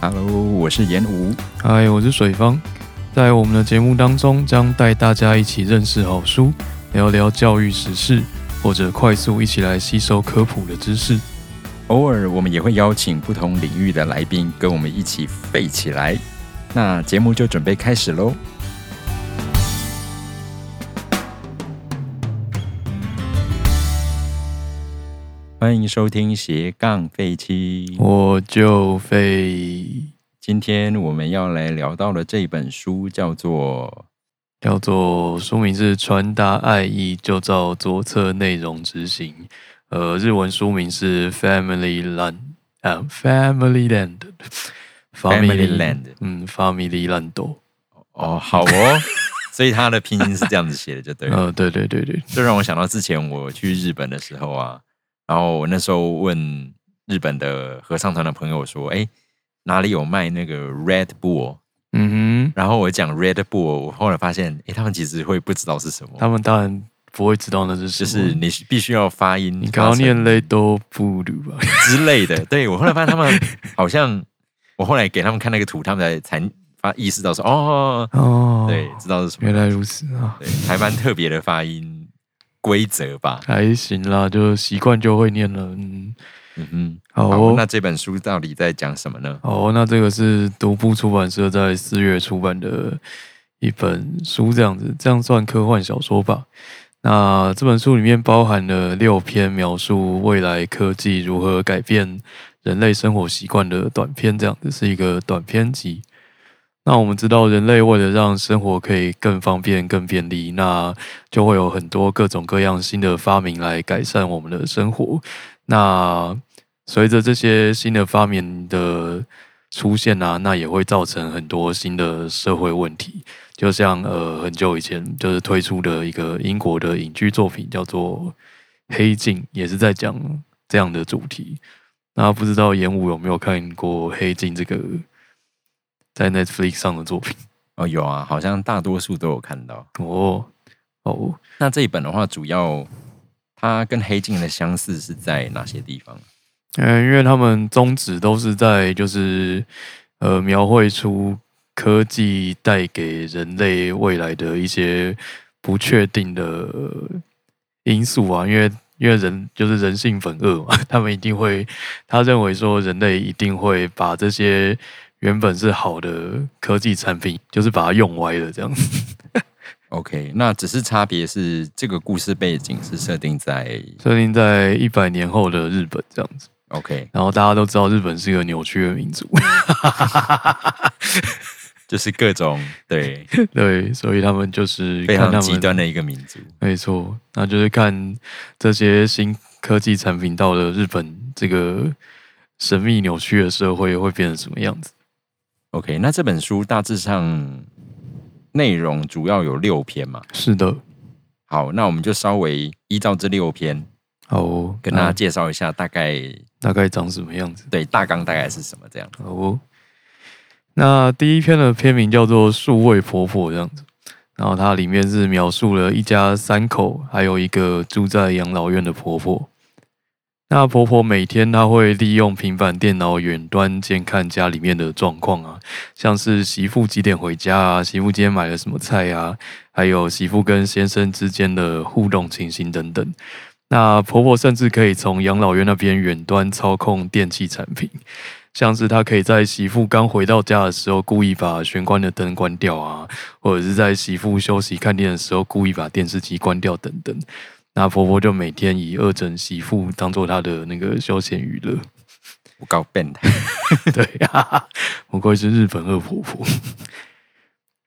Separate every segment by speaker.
Speaker 1: Hello，我是严吴。
Speaker 2: 嗨，哎我是水方，在我们的节目当中，将带大家一起认识好书，聊聊教育时事，或者快速一起来吸收科普的知识。
Speaker 1: 偶尔我们也会邀请不同领域的来宾跟我们一起废起来。那节目就准备开始喽。欢迎收听斜杠废七。
Speaker 2: 我就废
Speaker 1: 今天我们要来聊到的这本书叫做
Speaker 2: 叫做书名是《传达爱意就照左侧内容执行》，呃，日文书名是 Family Land 啊，Family Land。
Speaker 1: Family Land
Speaker 2: 嗯，Family Land，
Speaker 1: 哦，好哦，所以它的拼音是这样子写的，就对了。
Speaker 2: 呃，对对对对，
Speaker 1: 这让我想到之前我去日本的时候啊，然后我那时候问日本的合唱团的朋友说：“哎，哪里有卖那个 Red Bull？”
Speaker 2: 嗯
Speaker 1: 然后我讲 Red Bull，我后来发现，哎，他们其实会不知道是什么
Speaker 2: 哼，，他们当然不会知道那是什
Speaker 1: 就
Speaker 2: 么
Speaker 1: 是你必须要发音，
Speaker 2: 你刚刚念雷都不如啊 吧？
Speaker 1: 之类的。对我后来发现他们好像，我后来给他们看那个图，他们才才发意识到说：“哦，
Speaker 2: 哦，
Speaker 1: 对，，知道是什么。”
Speaker 2: 原来如此啊，
Speaker 1: 对，还蛮特别的发音规则吧。
Speaker 2: 还行啦，就习惯就会念了。嗯，
Speaker 1: 嗯哼，
Speaker 2: 好
Speaker 1: 好
Speaker 2: 哦，
Speaker 1: 那这本书到底在讲什么呢？
Speaker 2: 好哦，那这个是独步出版社在四月出版的一本书，这样子，这样算科幻小说吧。那这本书里面包含了六篇描述未来科技如何改变人类生活习惯的短篇，这样子是一个短篇集。那我们知道，人类为了让生活可以更方便、更便利，那就会有很多各种各样新的发明来改善我们的生活。那随着这些新的发明的出现啊，那也会造成很多新的社会问题。就像呃，很久以前就是推出的一个英国的影剧作品叫做《黑镜》，也是在讲这样的主题。那不知道严武有没有看过《黑镜》这个在 Netflix 上的作品？
Speaker 1: 哦，有啊，好像大多数都有看到。
Speaker 2: 哦哦，
Speaker 1: 那这一本的话，主要它跟《黑镜》的相似是在哪些地方？
Speaker 2: 嗯，因为他们宗旨都是在就是呃描绘出科技带给人类未来的一些不确定的呃因素啊，因为因为人就是人性本恶嘛， 他们一定会，他认为说人类一定会把这些原本是好的科技产品，就是把它用歪了这样 子。
Speaker 1: OK，那只是差别是这个故事背景是设定在
Speaker 2: 设定在一百年后的日本这样子，
Speaker 1: OK，
Speaker 2: 然后大家都知道日本是个扭曲的民族，
Speaker 1: 就是各种 对
Speaker 2: 对，所以他们就是
Speaker 1: 非
Speaker 2: 看
Speaker 1: 常
Speaker 2: 他
Speaker 1: 极
Speaker 2: 们
Speaker 1: 端的一个民族。
Speaker 2: 没错，那就是看这些新科技产品到了日本这个神秘扭曲的社会会变成什么样子。
Speaker 1: OK，那这本书大致上内容主要有六篇嘛。
Speaker 2: 是的，
Speaker 1: 好，那我们就稍微依照这六篇
Speaker 2: 好哦，
Speaker 1: 跟大家
Speaker 2: 那
Speaker 1: 介绍一下大概
Speaker 2: 大概长什么样子。
Speaker 1: 对大纲大概是什么这样。
Speaker 2: 好哦，那第一篇的篇名叫做《数位婆婆》这样子，然后它里面是描述了一家三口，还有一个住在养老院的婆婆。那婆婆每天她会利用平板电脑远端监看家里面的状况啊，像是媳妇几点回家啊，媳妇今天买了什么菜啊，还有媳妇跟先生之间的互动情形等等。那婆婆甚至可以从养老院那边远端操控电器产品，像是她可以在媳妇刚回到家的时候，故意把玄关的灯关掉啊，或者是在媳妇休息看电的时候，故意把电视机关掉等等。那婆婆就每天以恶整媳妇当做她的那个休闲娱乐。
Speaker 1: 我搞变态，
Speaker 2: 对啊，不愧是日本恶婆婆。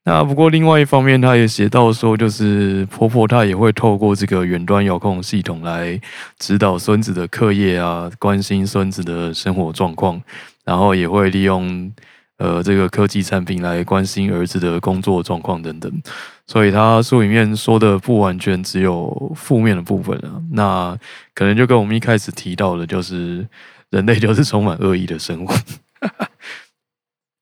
Speaker 2: 那不过另外一方面，她也写到说，就是婆婆她也会透过这个远端遥控系统来指导孙子的课业啊，关心孙子的生活状况，然后也会利用呃这个科技产品来关心儿子的工作状况等等。所以她书里面说的不完全只有负面的部分啊，那可能就跟我们一开始提到的，就是人类就是充满恶意的生物。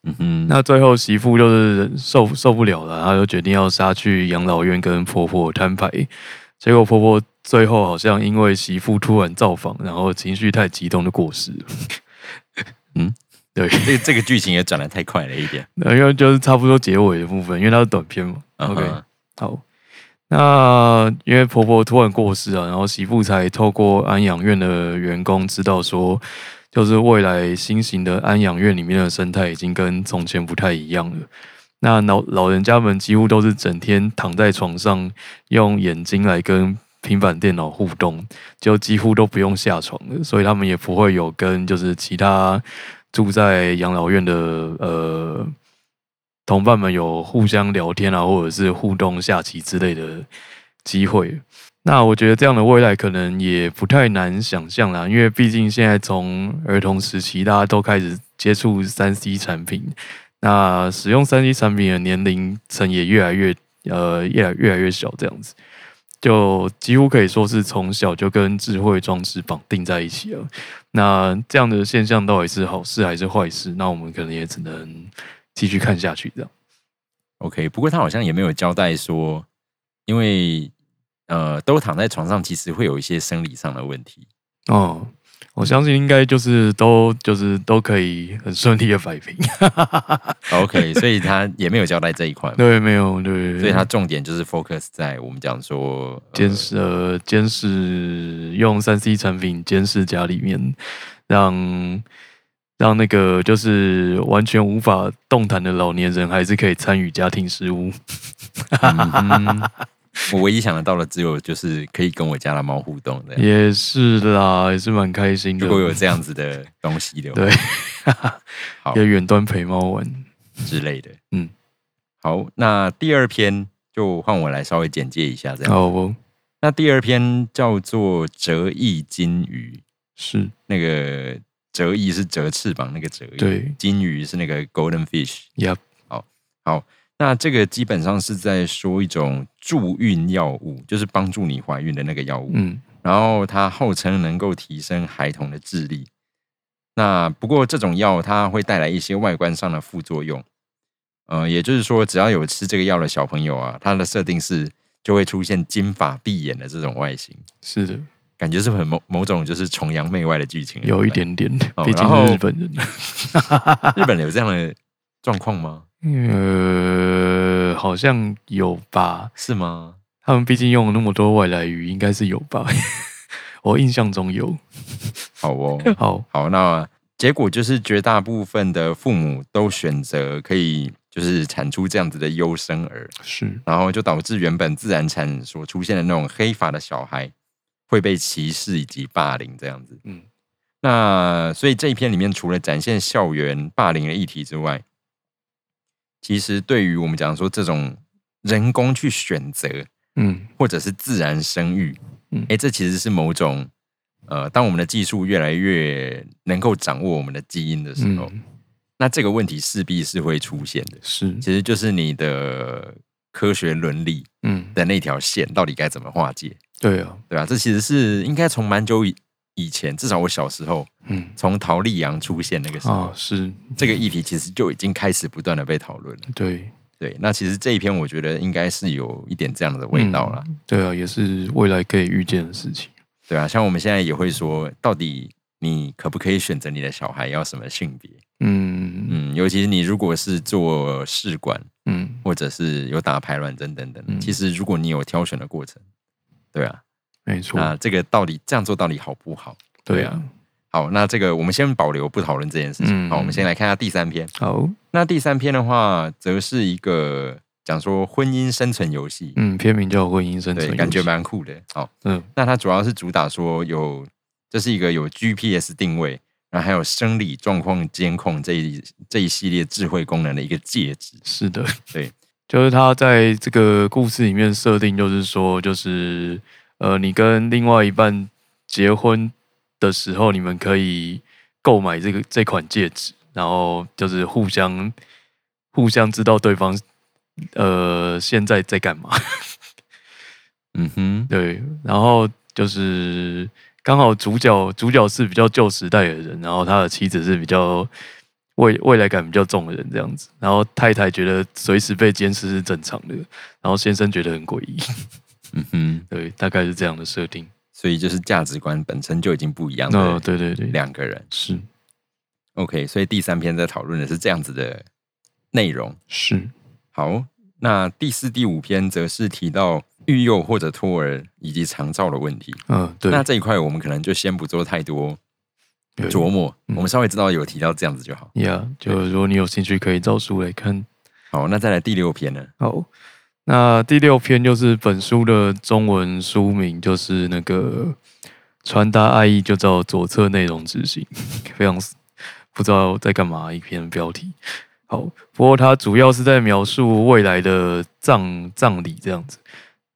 Speaker 1: 嗯哼，
Speaker 2: 那最后媳妇就是忍受受不了了，她就决定要杀去养老院跟婆婆摊牌。结果婆婆最后好像因为媳妇突然造访，然后情绪太激动就过世了。
Speaker 1: 嗯，
Speaker 2: 对，
Speaker 1: 这个这个剧情也转的太快了一点。
Speaker 2: 那因为就是差不多结尾的部分，因为它是短片嘛。
Speaker 1: 嗯
Speaker 2: OK，
Speaker 1: 哼
Speaker 2: 好，那因为婆婆突然过世啊，然后媳妇才透过安养院的员工知道说，就是未来新型的安养院里面的生态已经跟从前不太一样了。那老老人家们几乎都是整天躺在床上，用眼睛来跟平板电脑互动，就几乎都不用下床了，所以他们也不会有跟就是其他住在养老院的呃同伴们有互相聊天啊，或者是互动下棋之类的机会。那我觉得这样的未来可能也不太难想象啦，因为毕竟现在从儿童时期大家都开始接触三 C 产品，那使用三 C 产品的年龄层也越来越呃越来越来越小，这样子就几乎可以说是从小就跟智慧装置绑定在一起了。那这样的现象到底是好事还是坏事？那我们可能也只能继续看下去这样。
Speaker 1: OK，不过他好像也没有交代说，因为呃，都躺在床上，其实会有一些生理上的问题。
Speaker 2: 哦，我相信应该就是都就是都可以很顺利的摆平。
Speaker 1: OK，所以他也没有交代这一块嘛，
Speaker 2: 对，没有对，
Speaker 1: 所以他重点就是 focus 在我们讲说呃
Speaker 2: 监视呃监视用三 C 产品监视家里面，让让那个就是完全无法动弹的老年人还是可以参与家庭事务。
Speaker 1: 嗯 哼我唯一想得到的只有就是可以跟我家的猫互动的。
Speaker 2: 也是啦，也是蛮开心的。
Speaker 1: 如果有这样子的东西的话，
Speaker 2: 对，
Speaker 1: 好
Speaker 2: 要远端陪猫玩。
Speaker 1: 之类的，
Speaker 2: 嗯，
Speaker 1: 好，那第二篇就换我来稍微简介一下，这样。
Speaker 2: 好哦，
Speaker 1: 那第二篇叫做《折翼金鱼》，
Speaker 2: 是
Speaker 1: 那个折翼是折翅膀那个折翼，
Speaker 2: 对
Speaker 1: 金鱼是那个 golden fish。
Speaker 2: 呀，
Speaker 1: 那这个基本上是在说一种助孕药物，就是帮助你怀孕的那个药物。
Speaker 2: 嗯，
Speaker 1: 然后它号称能够提升孩童的智力。那不过这种药它会带来一些外观上的副作用，呃，也就是说，只要有吃这个药的小朋友啊，他的设定是就会出现金发碧眼的这种外形，
Speaker 2: 是的，
Speaker 1: 感觉是很某某种就是崇洋媚外的剧情，
Speaker 2: 有一。点点，
Speaker 1: 哦
Speaker 2: 毕竟
Speaker 1: 然后
Speaker 2: 是日本人。
Speaker 1: 日本有这样的状况吗？
Speaker 2: 呃，好像有吧。
Speaker 1: 是吗？
Speaker 2: 他们毕竟用了那么多外来语，应该是有吧。我印象中有。
Speaker 1: 好哦，
Speaker 2: 好，
Speaker 1: 好，那结果就是绝大部分的父母都选择可以就是产出这样子的优生儿，
Speaker 2: 是
Speaker 1: 然后就导致原本自然产所出现的那种黑发的小孩会被歧视以及霸凌这样子。
Speaker 2: 嗯
Speaker 1: 嗯，那所以这一篇里面除了展现校园霸凌的议题之外，其实对于我们讲说这种人工去选择
Speaker 2: 嗯，
Speaker 1: 或者是自然生育，
Speaker 2: 嗯
Speaker 1: 嗯，哎，这其实是某种呃，当我们的技术越来越能够掌握我们的基因的时候，
Speaker 2: 嗯，
Speaker 1: 那这个问题势必是会出现的。
Speaker 2: 是，
Speaker 1: 其实就是你的科学伦理
Speaker 2: 嗯，
Speaker 1: 的那条线到底该怎么划界，
Speaker 2: 对啊，
Speaker 1: 对吧、这其实是应该从蛮久以以前，至少我小时候，
Speaker 2: 嗯，
Speaker 1: 从陶丽阳出现那个时候，
Speaker 2: 啊，是
Speaker 1: 这个议题其实就已经开始不断的被讨论了。
Speaker 2: 对，
Speaker 1: 对，那其实这一篇我觉得应该是有一点这样的味道啦，
Speaker 2: 对啊，也是未来可以预见的事情。
Speaker 1: 对啊，像我们现在也会说，到底你可不可以选择你的小孩要什么性别？
Speaker 2: 嗯
Speaker 1: 嗯，尤其是你如果是做试管，
Speaker 2: 嗯，
Speaker 1: 或者是有打排卵针等等，
Speaker 2: 嗯
Speaker 1: 其实如果你有挑选的过程，对啊，
Speaker 2: 没错，
Speaker 1: 那这个到底这样做到底好不好？
Speaker 2: 对
Speaker 1: 对
Speaker 2: 啊
Speaker 1: 啊，好，那这个我们先保留不讨论这件事情。
Speaker 2: 嗯
Speaker 1: 好，我们先来看一下第三篇。
Speaker 2: 好，
Speaker 1: 那第三篇的话，则是一个讲说婚姻生存游戏，
Speaker 2: 嗯，片名叫《婚姻生存
Speaker 1: 对
Speaker 2: 游，戏
Speaker 1: 感觉？蛮酷的。好，
Speaker 2: 嗯
Speaker 1: 那它主要是主打说有，这是一个有 GPS 定位，然后还有生理状况监控这一这一系列智慧功能的一个介质。
Speaker 2: 是的，
Speaker 1: 对，
Speaker 2: 就是他在这个故事里面设定，就是说，就是呃，你跟另外一半结婚的时候，你们可以购买这个这款戒指，然后就是互相互相知道对方呃现在在干嘛。
Speaker 1: 嗯哼，
Speaker 2: 对，然后就是刚好主角主角是比较旧时代的人，然后他的妻子是比较未未来感比较重的人这样子，然后太太觉得随时被监视是正常的，然后先生觉得很诡异，
Speaker 1: 嗯哼，
Speaker 2: 对，大概是这样的设定。
Speaker 1: 所以就是价值观本身就已经不一样
Speaker 2: 那、
Speaker 1: 的
Speaker 2: 对对对，
Speaker 1: 两个人。
Speaker 2: 是
Speaker 1: OK，所以第三篇在讨论的是这样子的内容。
Speaker 2: 是，
Speaker 1: 好，那第四、第五篇则是提到育幼或者托儿以及长照的问题。
Speaker 2: 嗯，对，
Speaker 1: 那这一块我们可能就先不做太多
Speaker 2: 对
Speaker 1: 琢磨，
Speaker 2: 嗯
Speaker 1: 我们稍微知道有提到这样子就好。
Speaker 2: 呀就如果你有兴趣，可以找书来看。
Speaker 1: 好，那再来第六篇呢？
Speaker 2: 好，那第六篇就是本书的中文书名，就是那个传达爱意就照左侧内容执行， 非常不知道在干嘛一篇标题。好，不过它主要是在描述未来的葬葬礼这样子。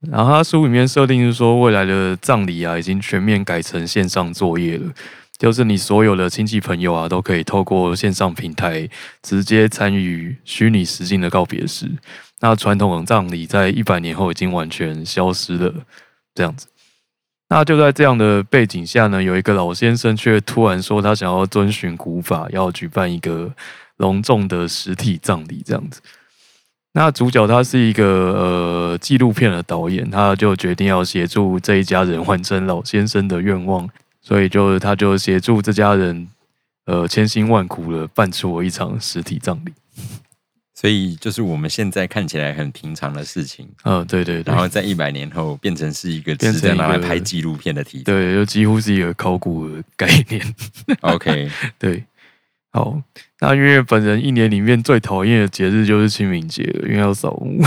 Speaker 2: 然后他书里面设定是说，未来的葬礼啊，已经全面改成线上作业了，就是你所有的亲戚朋友啊，都可以透过线上平台直接参与虚拟实境的告别式。那传统的葬礼在一百年后已经完全消失了，这样子。那就在这样的背景下呢，有一个老先生却突然说他想要遵循古法，要举办一个隆重的实体葬礼，这样子。那主角他是一个呃纪录片的导演，他就决定要协助这一家人完成老先生的愿望，所以就他就协助这家人呃千辛万苦的办出了一场实体葬礼。
Speaker 1: 所以就是我们现在看起来很平常的事情，
Speaker 2: 嗯、对对对
Speaker 1: 然。后在一百年后变成是一个
Speaker 2: 变
Speaker 1: 值
Speaker 2: 成
Speaker 1: 得拿来
Speaker 2: 一个
Speaker 1: 拍纪录片的题材。
Speaker 2: 对，就几乎是一个考古的概念。
Speaker 1: OK，
Speaker 2: 对，好，那因为本人一年里面最讨厌的节日就是清明节了，因为要扫墓。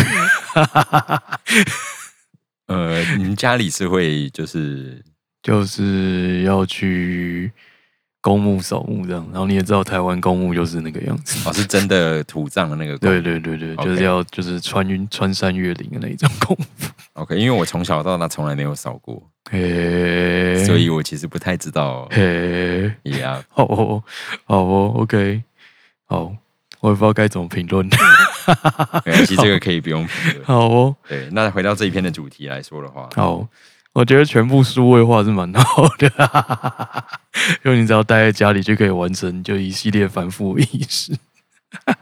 Speaker 1: 呃，你们家里是会就是
Speaker 2: 就是要去公墓扫墓这样。然后你也知道，台湾公墓就是那个样 子。
Speaker 1: 哦，是真的土葬的那个
Speaker 2: 对对对对，就是
Speaker 1: OK
Speaker 2: 要就是穿云穿山越岭的那一种 公墓。
Speaker 1: OK，因为我从小到大从来没有扫过，
Speaker 2: 嘿，
Speaker 1: 所以我其实不太知道。
Speaker 2: 嘿，
Speaker 1: 呀，
Speaker 2: 好哦，好哦，OK，好，我也不知道该怎么评论。
Speaker 1: 没 关系，这个可以不用评论。
Speaker 2: 好哦，
Speaker 1: 对，那回到这一篇的主题来说的话，
Speaker 2: 好，我觉得全部数位化是蛮好的、 因为你只要待在家里就可以完成就一系列繁复的仪式。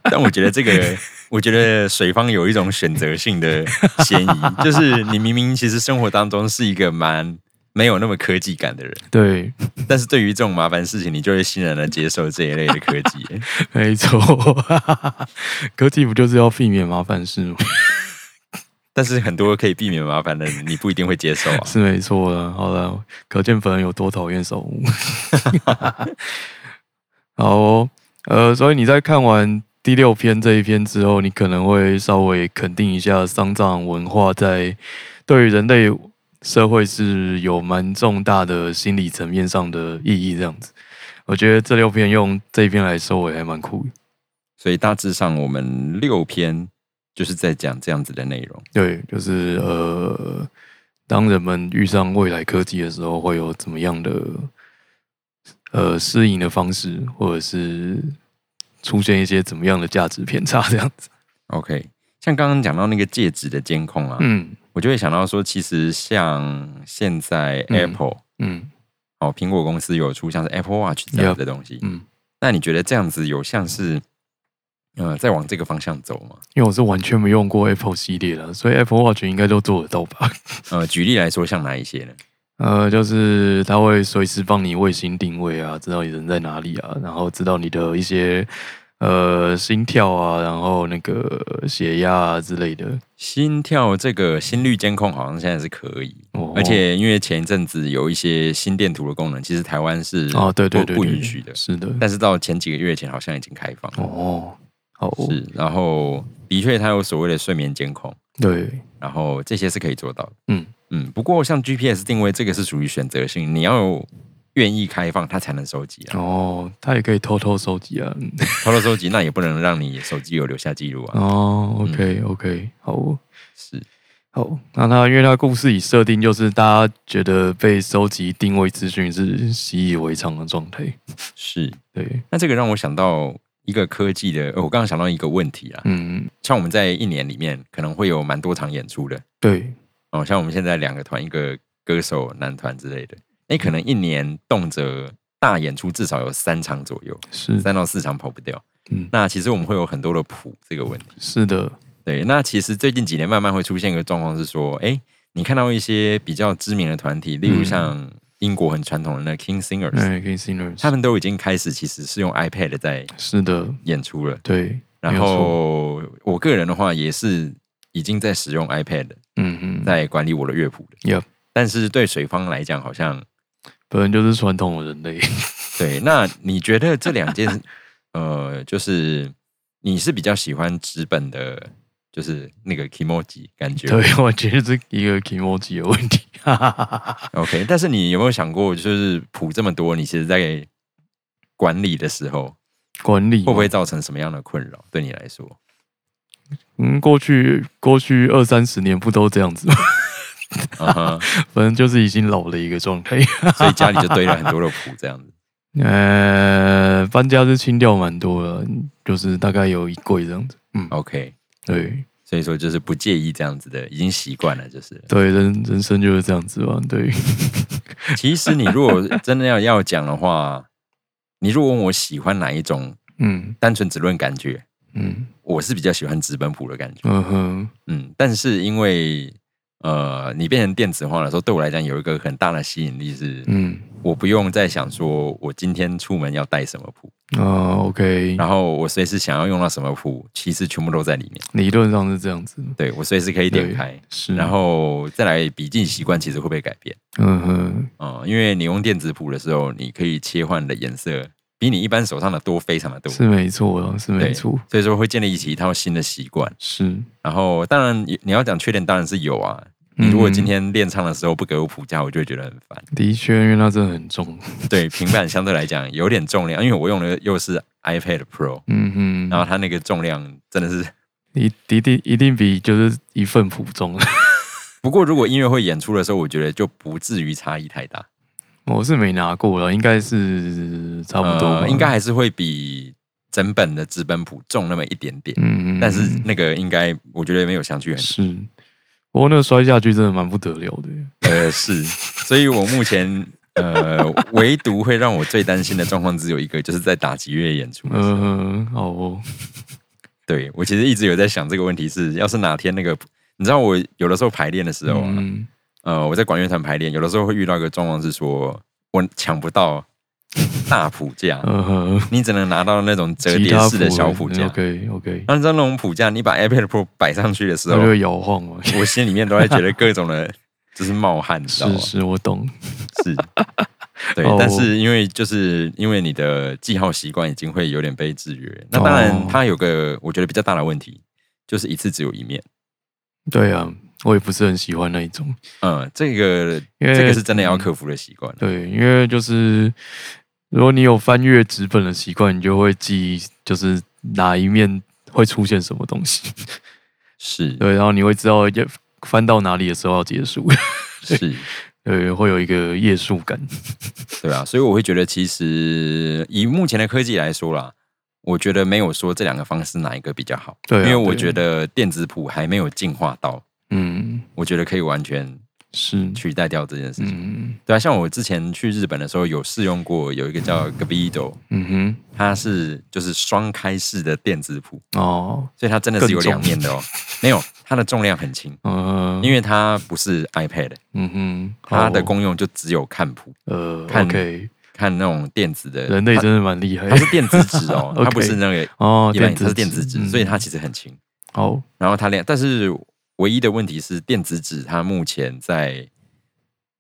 Speaker 1: 但我觉得这个，我觉得水方有一种选择性的嫌疑，就是你明明其实生活当中是一个蛮没有那么科技感的人，
Speaker 2: 对，
Speaker 1: 但是对于这种麻烦事情，你就会欣然的接受这一类的科 技。
Speaker 2: 没错，科技不就是要避免麻烦事吗？
Speaker 1: 但是很多可以避免麻烦的，你不一定会接受啊。
Speaker 2: 是没错啦。好了，可见本人有多讨厌手舞。 好、哦，呃，所以你在看完第六篇这一篇之后，你可能会稍微肯定一下丧葬文化在对于人类社会是有蛮重大的心理层面上的意义。这样子，我觉得这六篇用这一篇来收尾还蛮酷的。
Speaker 1: 所以大致上，我们六篇就是在讲这样子的内容。
Speaker 2: 对，就是呃，当人们遇上未来科技的时候，会有怎么样的呃适应的方式，或者是出现一些怎么样的价值偏差这样子？
Speaker 1: OK，像刚刚讲到那个戒指的监控啊，
Speaker 2: 嗯
Speaker 1: 我就会想到说，其实像现在
Speaker 2: 嗯
Speaker 1: Apple、
Speaker 2: 嗯
Speaker 1: 哦，苹果公司有出像是 Apple Watch 这样子的东西，
Speaker 2: 嗯，
Speaker 1: 那你觉得这样子有像是呃在往这个方向走吗？
Speaker 2: 因为我是完全没用过 Apple 系列的，所以 Apple Watch 应该都做得到吧？
Speaker 1: 呃，举例来说，像哪一些呢？
Speaker 2: 呃，就是它会随时帮你卫星定位啊，知道你人在哪里啊，然后知道你的一些呃心跳啊，然后那个血压啊之类的。
Speaker 1: 心跳这个心率监控好像现在是可以，
Speaker 2: 哦
Speaker 1: 而且因为前一阵子有一些心电图的功能，其实台湾是
Speaker 2: 哦，对对
Speaker 1: 不
Speaker 2: 对，
Speaker 1: 不
Speaker 2: 对
Speaker 1: 允许的，
Speaker 2: 是的。
Speaker 1: 但是到前几个月前好像已经开放了。
Speaker 2: 哦，好，
Speaker 1: 是，然后的确它有所谓的睡眠监控，
Speaker 2: 对，
Speaker 1: 然后这些是可以做到的。
Speaker 2: 嗯
Speaker 1: 嗯，不过像 GPS 定位这个是属于选择性，你要愿意开放它才能收集啊。
Speaker 2: 哦，他也可以偷偷收集啊。嗯
Speaker 1: 偷偷收集，那也不能让你手机有留下记录啊。
Speaker 2: 哦，OK OK，好哦，
Speaker 1: 是，
Speaker 2: 好，那他因为他故事已设定就是大家觉得被收集定位资讯是习以为常的状态，
Speaker 1: 是。
Speaker 2: 对，
Speaker 1: 那这个让我想到一个科技的，呃我刚刚想到一个问题啊，
Speaker 2: 嗯，
Speaker 1: 像我们在一年里面可能会有蛮多场演出的
Speaker 2: 对，
Speaker 1: 哦，像我们现在两个团，一个歌手男团之类的，哎，可能一年动辄大演出至少有三场左右，
Speaker 2: 是，
Speaker 1: 三到四场跑不掉。
Speaker 2: 嗯
Speaker 1: 那其实我们会有很多的谱这个问题。
Speaker 2: 是的，
Speaker 1: 对，那其实最近几年
Speaker 2: 嗯
Speaker 1: 慢慢会出现一个状况是说，哎，你看到一些比较知名的团体，例如像英国很传统的那 King Singers，、
Speaker 2: 哎，King Singers，
Speaker 1: 他们都已经开始其实是用 iPad 在
Speaker 2: 是的，
Speaker 1: 演出了。
Speaker 2: 对，没
Speaker 1: 然
Speaker 2: 有错
Speaker 1: 后我个人的话也是已经在使用 iPad 了
Speaker 2: 嗯嗯，
Speaker 1: 在管理我的乐谱的。
Speaker 2: Yep
Speaker 1: 但是对水方来讲，好像
Speaker 2: 本人就是传统的人类。
Speaker 1: 对。那你觉得这两件，呃，就是你是比较喜欢纸本的，就是那个 emoji 感觉，
Speaker 2: 对，我觉得这一个 emoji 的问题。哈哈哈哈哈
Speaker 1: OK，但是你有没有想过，就是谱这么多，你其实在管理的时候，
Speaker 2: 管理
Speaker 1: 会不
Speaker 2: 嘛
Speaker 1: 会造成什么样的困扰？对你来说，
Speaker 2: 嗯，过去过去二三十年不都这样子吗？
Speaker 1: 啊哈，
Speaker 2: 反正就是已经老了一个状态。
Speaker 1: 所以家里就堆了很多的谱，这样子。
Speaker 2: 呃，搬家是清掉蛮多的，就是大概有一柜这样子。嗯，
Speaker 1: OK，
Speaker 2: 对
Speaker 1: 所以说就是不介意这样子的，已经习惯了。就是，
Speaker 2: 对，人人生就是这样子吧。对，
Speaker 1: 其实你如果真的要要讲的话，你如果问我喜欢哪一种，
Speaker 2: 嗯
Speaker 1: 单纯只论感觉，
Speaker 2: 嗯
Speaker 1: 我是比较喜欢纸本谱的感觉。
Speaker 2: 嗯哼，
Speaker 1: 嗯，但是因为呃，你变成电子化的时候，对我来讲有一个很大的吸引力是，
Speaker 2: 嗯
Speaker 1: 我不用再想说我今天出门要带什么谱，
Speaker 2: 啊，OK，
Speaker 1: 然后我随时想要用到什么谱，其实全部都在里面。
Speaker 2: 理论上是这样子。
Speaker 1: 对我随时可以点
Speaker 2: 对嗯
Speaker 1: 开，
Speaker 2: 是，
Speaker 1: 然后再来笔记习惯其实会不会改变？
Speaker 2: 嗯哼，
Speaker 1: 嗯，因为你用电子谱的时候，你可以切换的颜色比你一般手上的多，非常的多。
Speaker 2: 是没错啊，是没
Speaker 1: 对
Speaker 2: 错，
Speaker 1: 所以说会建立起一套新的习惯。
Speaker 2: 是。
Speaker 1: 然后当然你你要讲缺点当然是有啊。你如果
Speaker 2: 嗯
Speaker 1: 今天练唱的时候不给我谱架，我就会觉得很烦。
Speaker 2: 的确，因为它真的很重。
Speaker 1: 对，平板相对来讲有点重量，因为我用的又是 iPad Pro，
Speaker 2: 嗯
Speaker 1: 然后
Speaker 2: 哼，
Speaker 1: 它那个重量真的是。
Speaker 2: 一一定一定比就是一份普重。
Speaker 1: 不过如果音乐会演出的时候，我觉得就不至于差异太大，
Speaker 2: 我是没拿过了，应该是差不多吧、
Speaker 1: 呃应该还是会比整本的纸本谱重那么一点点。
Speaker 2: 嗯，嗯嗯
Speaker 1: 但是那个应该，我觉得没有相 距很
Speaker 2: 是，不过那个摔下去真的蛮不得了的。
Speaker 1: 呃是，所以我目前呃唯独会让我最担心的状况只有一个，就是在打击乐演出的时候。
Speaker 2: 嗯、好哦，
Speaker 1: 对我其实一直有在想这个问题是，要是哪天那个，你知道我有的时候排练的时候啊，
Speaker 2: 嗯，
Speaker 1: 呃，我在管乐团排练，有的时候会遇到一个状况是说，我抢不到大谱架，
Speaker 2: 嗯哼，
Speaker 1: 你只能拿到那种折
Speaker 2: 吉
Speaker 1: 叠
Speaker 2: 他
Speaker 1: 式的小谱架。
Speaker 2: OK OK，
Speaker 1: 那你知道那种谱架，你把 iPad Pro 摆上去的时
Speaker 2: 它
Speaker 1: 候
Speaker 2: 就，会摇晃嘛。
Speaker 1: 我心里面都在觉得各种的， 就是哦冒汗，你知道
Speaker 2: 是
Speaker 1: 吗？
Speaker 2: 是，我懂。
Speaker 1: 是，对
Speaker 2: 哦。
Speaker 1: 但是因为就是因为你的记号习惯已经会有点被制约。那当
Speaker 2: 哦
Speaker 1: 然，它有个我觉得比较大的问题，就是一次只有一面。
Speaker 2: 对啊，我也不是很喜欢那一种，
Speaker 1: 嗯，这个
Speaker 2: 因为嗯
Speaker 1: 这个是真的要克服的习惯。
Speaker 2: 对，因为就是如果你有翻阅纸本的习惯，你就会记，就是哪一面会出现什么东西。
Speaker 1: 是
Speaker 2: 对，然后你会知道要翻到哪里的时候要结束。
Speaker 1: 是，
Speaker 2: 对，会有一个页数感。
Speaker 1: 对啊。所以我会觉得，其实以目前的科技来说啦。我觉得没有说这两个方式哪一个比较好，
Speaker 2: 对啊
Speaker 1: 因为我
Speaker 2: 对啊
Speaker 1: 觉得电子谱还没有进化到，
Speaker 2: 嗯，
Speaker 1: 我觉得可以完全
Speaker 2: 是，
Speaker 1: 取代掉这件事情。
Speaker 2: 嗯
Speaker 1: 对啊，像我之前去日本的时候有试用过，有一个 叫 Gavido，
Speaker 2: 嗯
Speaker 1: 它是就是双开式的电子谱，
Speaker 2: 哼，哦，
Speaker 1: 所以它真的是有两面 的哦。没有，它的重量很轻，
Speaker 2: 嗯，
Speaker 1: 因为它不是 iPad，
Speaker 2: 嗯哼，
Speaker 1: 它的
Speaker 2: 哦
Speaker 1: 功用就只有看谱，
Speaker 2: 呃
Speaker 1: 看
Speaker 2: ，OK，
Speaker 1: 看那种电子的。
Speaker 2: 人类真的蛮厉害，
Speaker 1: 它是电子纸哦
Speaker 2: OK
Speaker 1: 它不是那个
Speaker 2: 哦，
Speaker 1: 一般，
Speaker 2: 子
Speaker 1: 它是电子纸，
Speaker 2: 嗯哦
Speaker 1: 所以它其实很轻。
Speaker 2: 好，
Speaker 1: 然后它两，但是唯一的问题是电子纸，它目前在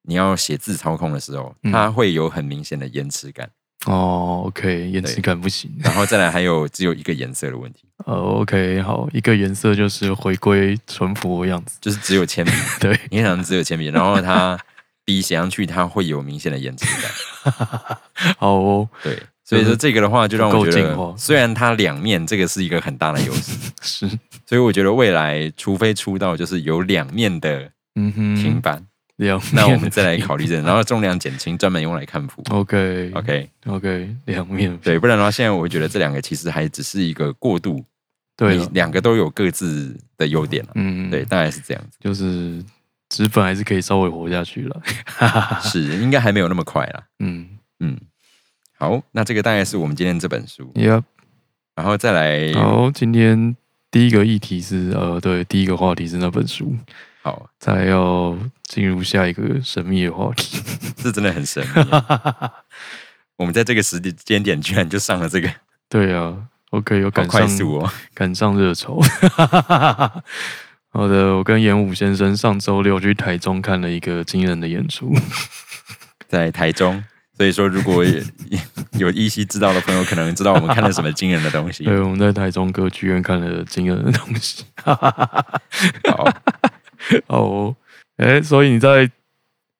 Speaker 1: 你要写字操控的时候，
Speaker 2: 嗯
Speaker 1: 它会有很明显的延迟感。
Speaker 2: 哦，OK，延迟
Speaker 1: 对
Speaker 2: 感不行，
Speaker 1: 然后再来还有只有一个颜色的问 题，
Speaker 2: 呃，OK，好，一个颜色就是回归淳朴的样子，
Speaker 1: 就是只有铅笔，
Speaker 2: 对，
Speaker 1: 你想成只有铅笔，然后它笔写上去它会有明显的延迟感，
Speaker 2: 好哦，
Speaker 1: 对，所以说这个的话就让我觉
Speaker 2: 不够进化
Speaker 1: 得，虽然它两面这个是一个很大的优势，
Speaker 2: 是，
Speaker 1: 所以我觉得未来除非出到就是有两面的
Speaker 2: 嗯哼，
Speaker 1: 平板，
Speaker 2: 两面的平，
Speaker 1: 那我们再来考虑这个，然后重量减轻，专门用来看谱。
Speaker 2: ，OK，OK，
Speaker 1: OK，
Speaker 2: 两面，
Speaker 1: 对，不然的话，现在我会觉得这两个其实还只是一个过渡，
Speaker 2: 对
Speaker 1: 你
Speaker 2: 了，
Speaker 1: 两个都有各自的优点了、
Speaker 2: 嗯，
Speaker 1: 对，，大概是这样子，
Speaker 2: 就是纸本还是可以稍微活下去了，啊
Speaker 1: 是应该还没有那么快啦。
Speaker 2: 嗯
Speaker 1: 嗯，好，那这个大概是我们今天这本书，
Speaker 2: ，Yep。
Speaker 1: 然后再来，
Speaker 2: 好，今天第一个议题是呃，对，第一个话题是那本书，
Speaker 1: 好，
Speaker 2: 再要进入下一个神秘的话题。
Speaker 1: 这真的很神秘。啊我们在这个时间点居然就上了这个，
Speaker 2: 对啊，OK，有
Speaker 1: 好
Speaker 2: 赶
Speaker 1: 快
Speaker 2: 上
Speaker 1: 速哦！
Speaker 2: 赶上热潮。 好的，我跟演武先生上周六去台中看了一个惊人的演出。
Speaker 1: 嗯在台中，所以说如 果有有依稀知道的朋友，可能知道我们看了什么惊人的东西。
Speaker 2: 对，我们在台中歌剧院看了惊人的东西。
Speaker 1: 好，
Speaker 2: 哦，哎，所以你在，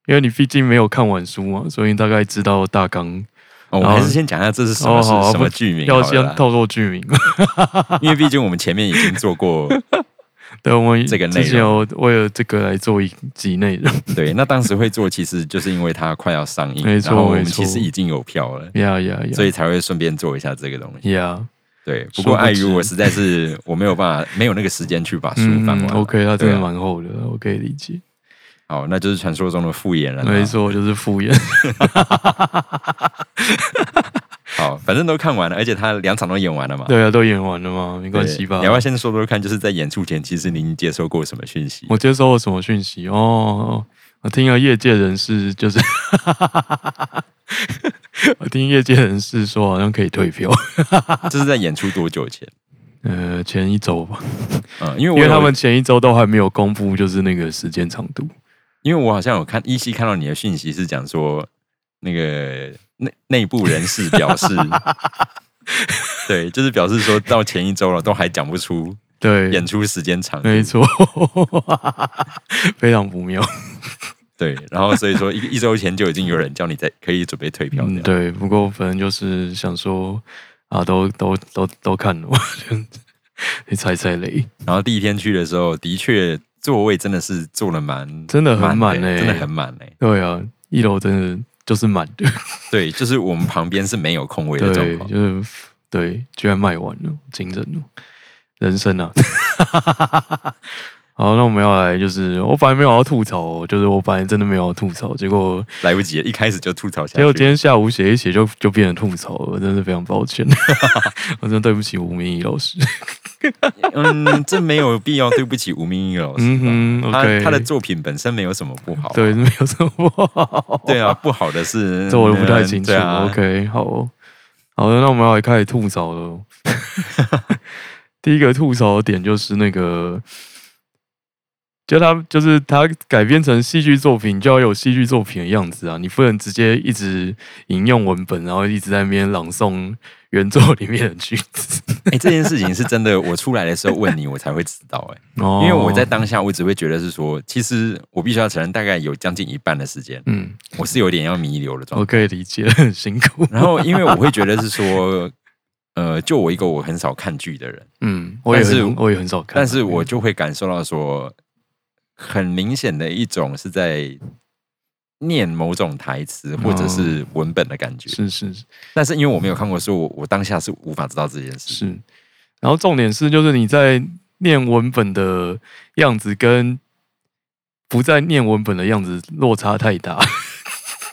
Speaker 2: 因为你毕竟没有看完书嘛，所以你大概知道大纲。
Speaker 1: 哦我们还是先讲一下这是什么
Speaker 2: 哦
Speaker 1: 是
Speaker 2: 好啊
Speaker 1: 什
Speaker 2: 不
Speaker 1: 么剧名
Speaker 2: 要
Speaker 1: 好了
Speaker 2: 先
Speaker 1: 啦，
Speaker 2: 透露剧名。
Speaker 1: 因为毕竟我们前面已经做过。
Speaker 2: 对，我们
Speaker 1: 这个内
Speaker 2: 之前有为了这个来做一集内容。
Speaker 1: 对，那当时会做，其实就是因为它快要上映，
Speaker 2: 没错
Speaker 1: 然后我们
Speaker 2: 没错
Speaker 1: 其实已经有票了，
Speaker 2: 呀呀呀！
Speaker 1: 所以才会顺便做一下这个东西。
Speaker 2: 呀，
Speaker 1: 对，不过
Speaker 2: 殊不
Speaker 1: 碍于
Speaker 2: 知
Speaker 1: 我实在是我没有办法，没有那个时间去把书
Speaker 2: 嗯
Speaker 1: 翻完。
Speaker 2: ，OK，它真
Speaker 1: 对
Speaker 2: 的
Speaker 1: 啊
Speaker 2: 蛮厚的，我可以理解。
Speaker 1: 好，那就是传说中的啊复眼了。
Speaker 2: 没，错，就是 敷衍。
Speaker 1: 好，反正都看完了，而且他两场都演完了嘛。
Speaker 2: 对啊，都演完了嘛，
Speaker 1: 对，
Speaker 2: 没关系吧
Speaker 1: 你。要不要先说说看，就是在演出前，其实您接收过什么讯息？
Speaker 2: 我接收了什么讯息？哦，我听了业界人士就是，我听业界人士说好像可以退票。
Speaker 1: 这是在演出多久前？
Speaker 2: 呃，前一周吧，
Speaker 1: 嗯，因为
Speaker 2: 因
Speaker 1: 我
Speaker 2: 为
Speaker 1: 有
Speaker 2: 他们，前一周都还没有公布，就是那个时间长度。
Speaker 1: 因为我好像有看依稀看到你的讯息是讲说，那个内内部人士表 示，对，就是表示说到前一周了，都还讲不出
Speaker 2: 对
Speaker 1: 演，出时间长度。
Speaker 2: 没错， 非常不妙。
Speaker 1: 对，然后所以说一一周前就已经有人叫你在可以准备退票这
Speaker 2: 嗯，
Speaker 1: 样。
Speaker 2: 对。不过反正就是想说啊，都都都都看了，你踩踩雷，
Speaker 1: 然后第一天去的时候，的确座位真的是坐了蛮，
Speaker 2: 真的很满欸
Speaker 1: 的
Speaker 2: 嘞
Speaker 1: 真的很满嘞、
Speaker 2: 对啊，一楼真的就是满的，
Speaker 1: 对，就是我们旁边是没有空位的状
Speaker 2: 对，
Speaker 1: 况。
Speaker 2: 就是对，居然卖完了，惊人哦，人生啊！ 好，那我们要来，就是我本来没有要吐槽哦、就是我本来真的没有要吐槽，结果
Speaker 1: 来不及了，一开始就吐槽下
Speaker 2: 结果今
Speaker 1: 去。
Speaker 2: 天下午写一写就就变成吐槽了，真是非常抱歉， 我真的对不起吴明义老师。
Speaker 1: 嗯，这没有必要对不起吴明义老师吧。
Speaker 2: 嗯哼
Speaker 1: 他
Speaker 2: ，OK，
Speaker 1: 他的作品本身没有什么不好、啊，
Speaker 2: 对没有什么不好，
Speaker 1: 对啊，不好的是
Speaker 2: 这我不太清
Speaker 1: 嗯
Speaker 2: 楚。
Speaker 1: 对啊
Speaker 2: OK，好哦，好的，那我们要来开始吐槽了 哦。第一个吐槽的点就是那个，就他就是他改编成戏剧作品，就要有戏剧作品的样子啊！你不能直接一直引用文本，然后一直在那边朗诵原作里面的句子。
Speaker 1: 哎、这件事情是真的，我出来的时候问你，我才会知道、哎。
Speaker 2: 哦
Speaker 1: 因为我在当下，我只会觉得是说，其实我必须要承认，大概有将近一半的时 间，
Speaker 2: 嗯，
Speaker 1: 我是有点要弥留的状
Speaker 2: 我
Speaker 1: 态。
Speaker 2: 可以理解，很辛苦。
Speaker 1: 哦然后，因为我会觉得是说，呃，就我一个我很少看剧的人，
Speaker 2: 嗯，我也
Speaker 1: 但是
Speaker 2: 很我也很少看啊，
Speaker 1: 但是我就会感受到说，很明显的一种是在念某种台词或者是文本的感觉。
Speaker 2: 哦是是是。
Speaker 1: 但是因为我没有看过书，我我当下是无法知道这件事。
Speaker 2: 是，然后重点是，就是你在念文本的样子跟不在念文本的样子落差太大，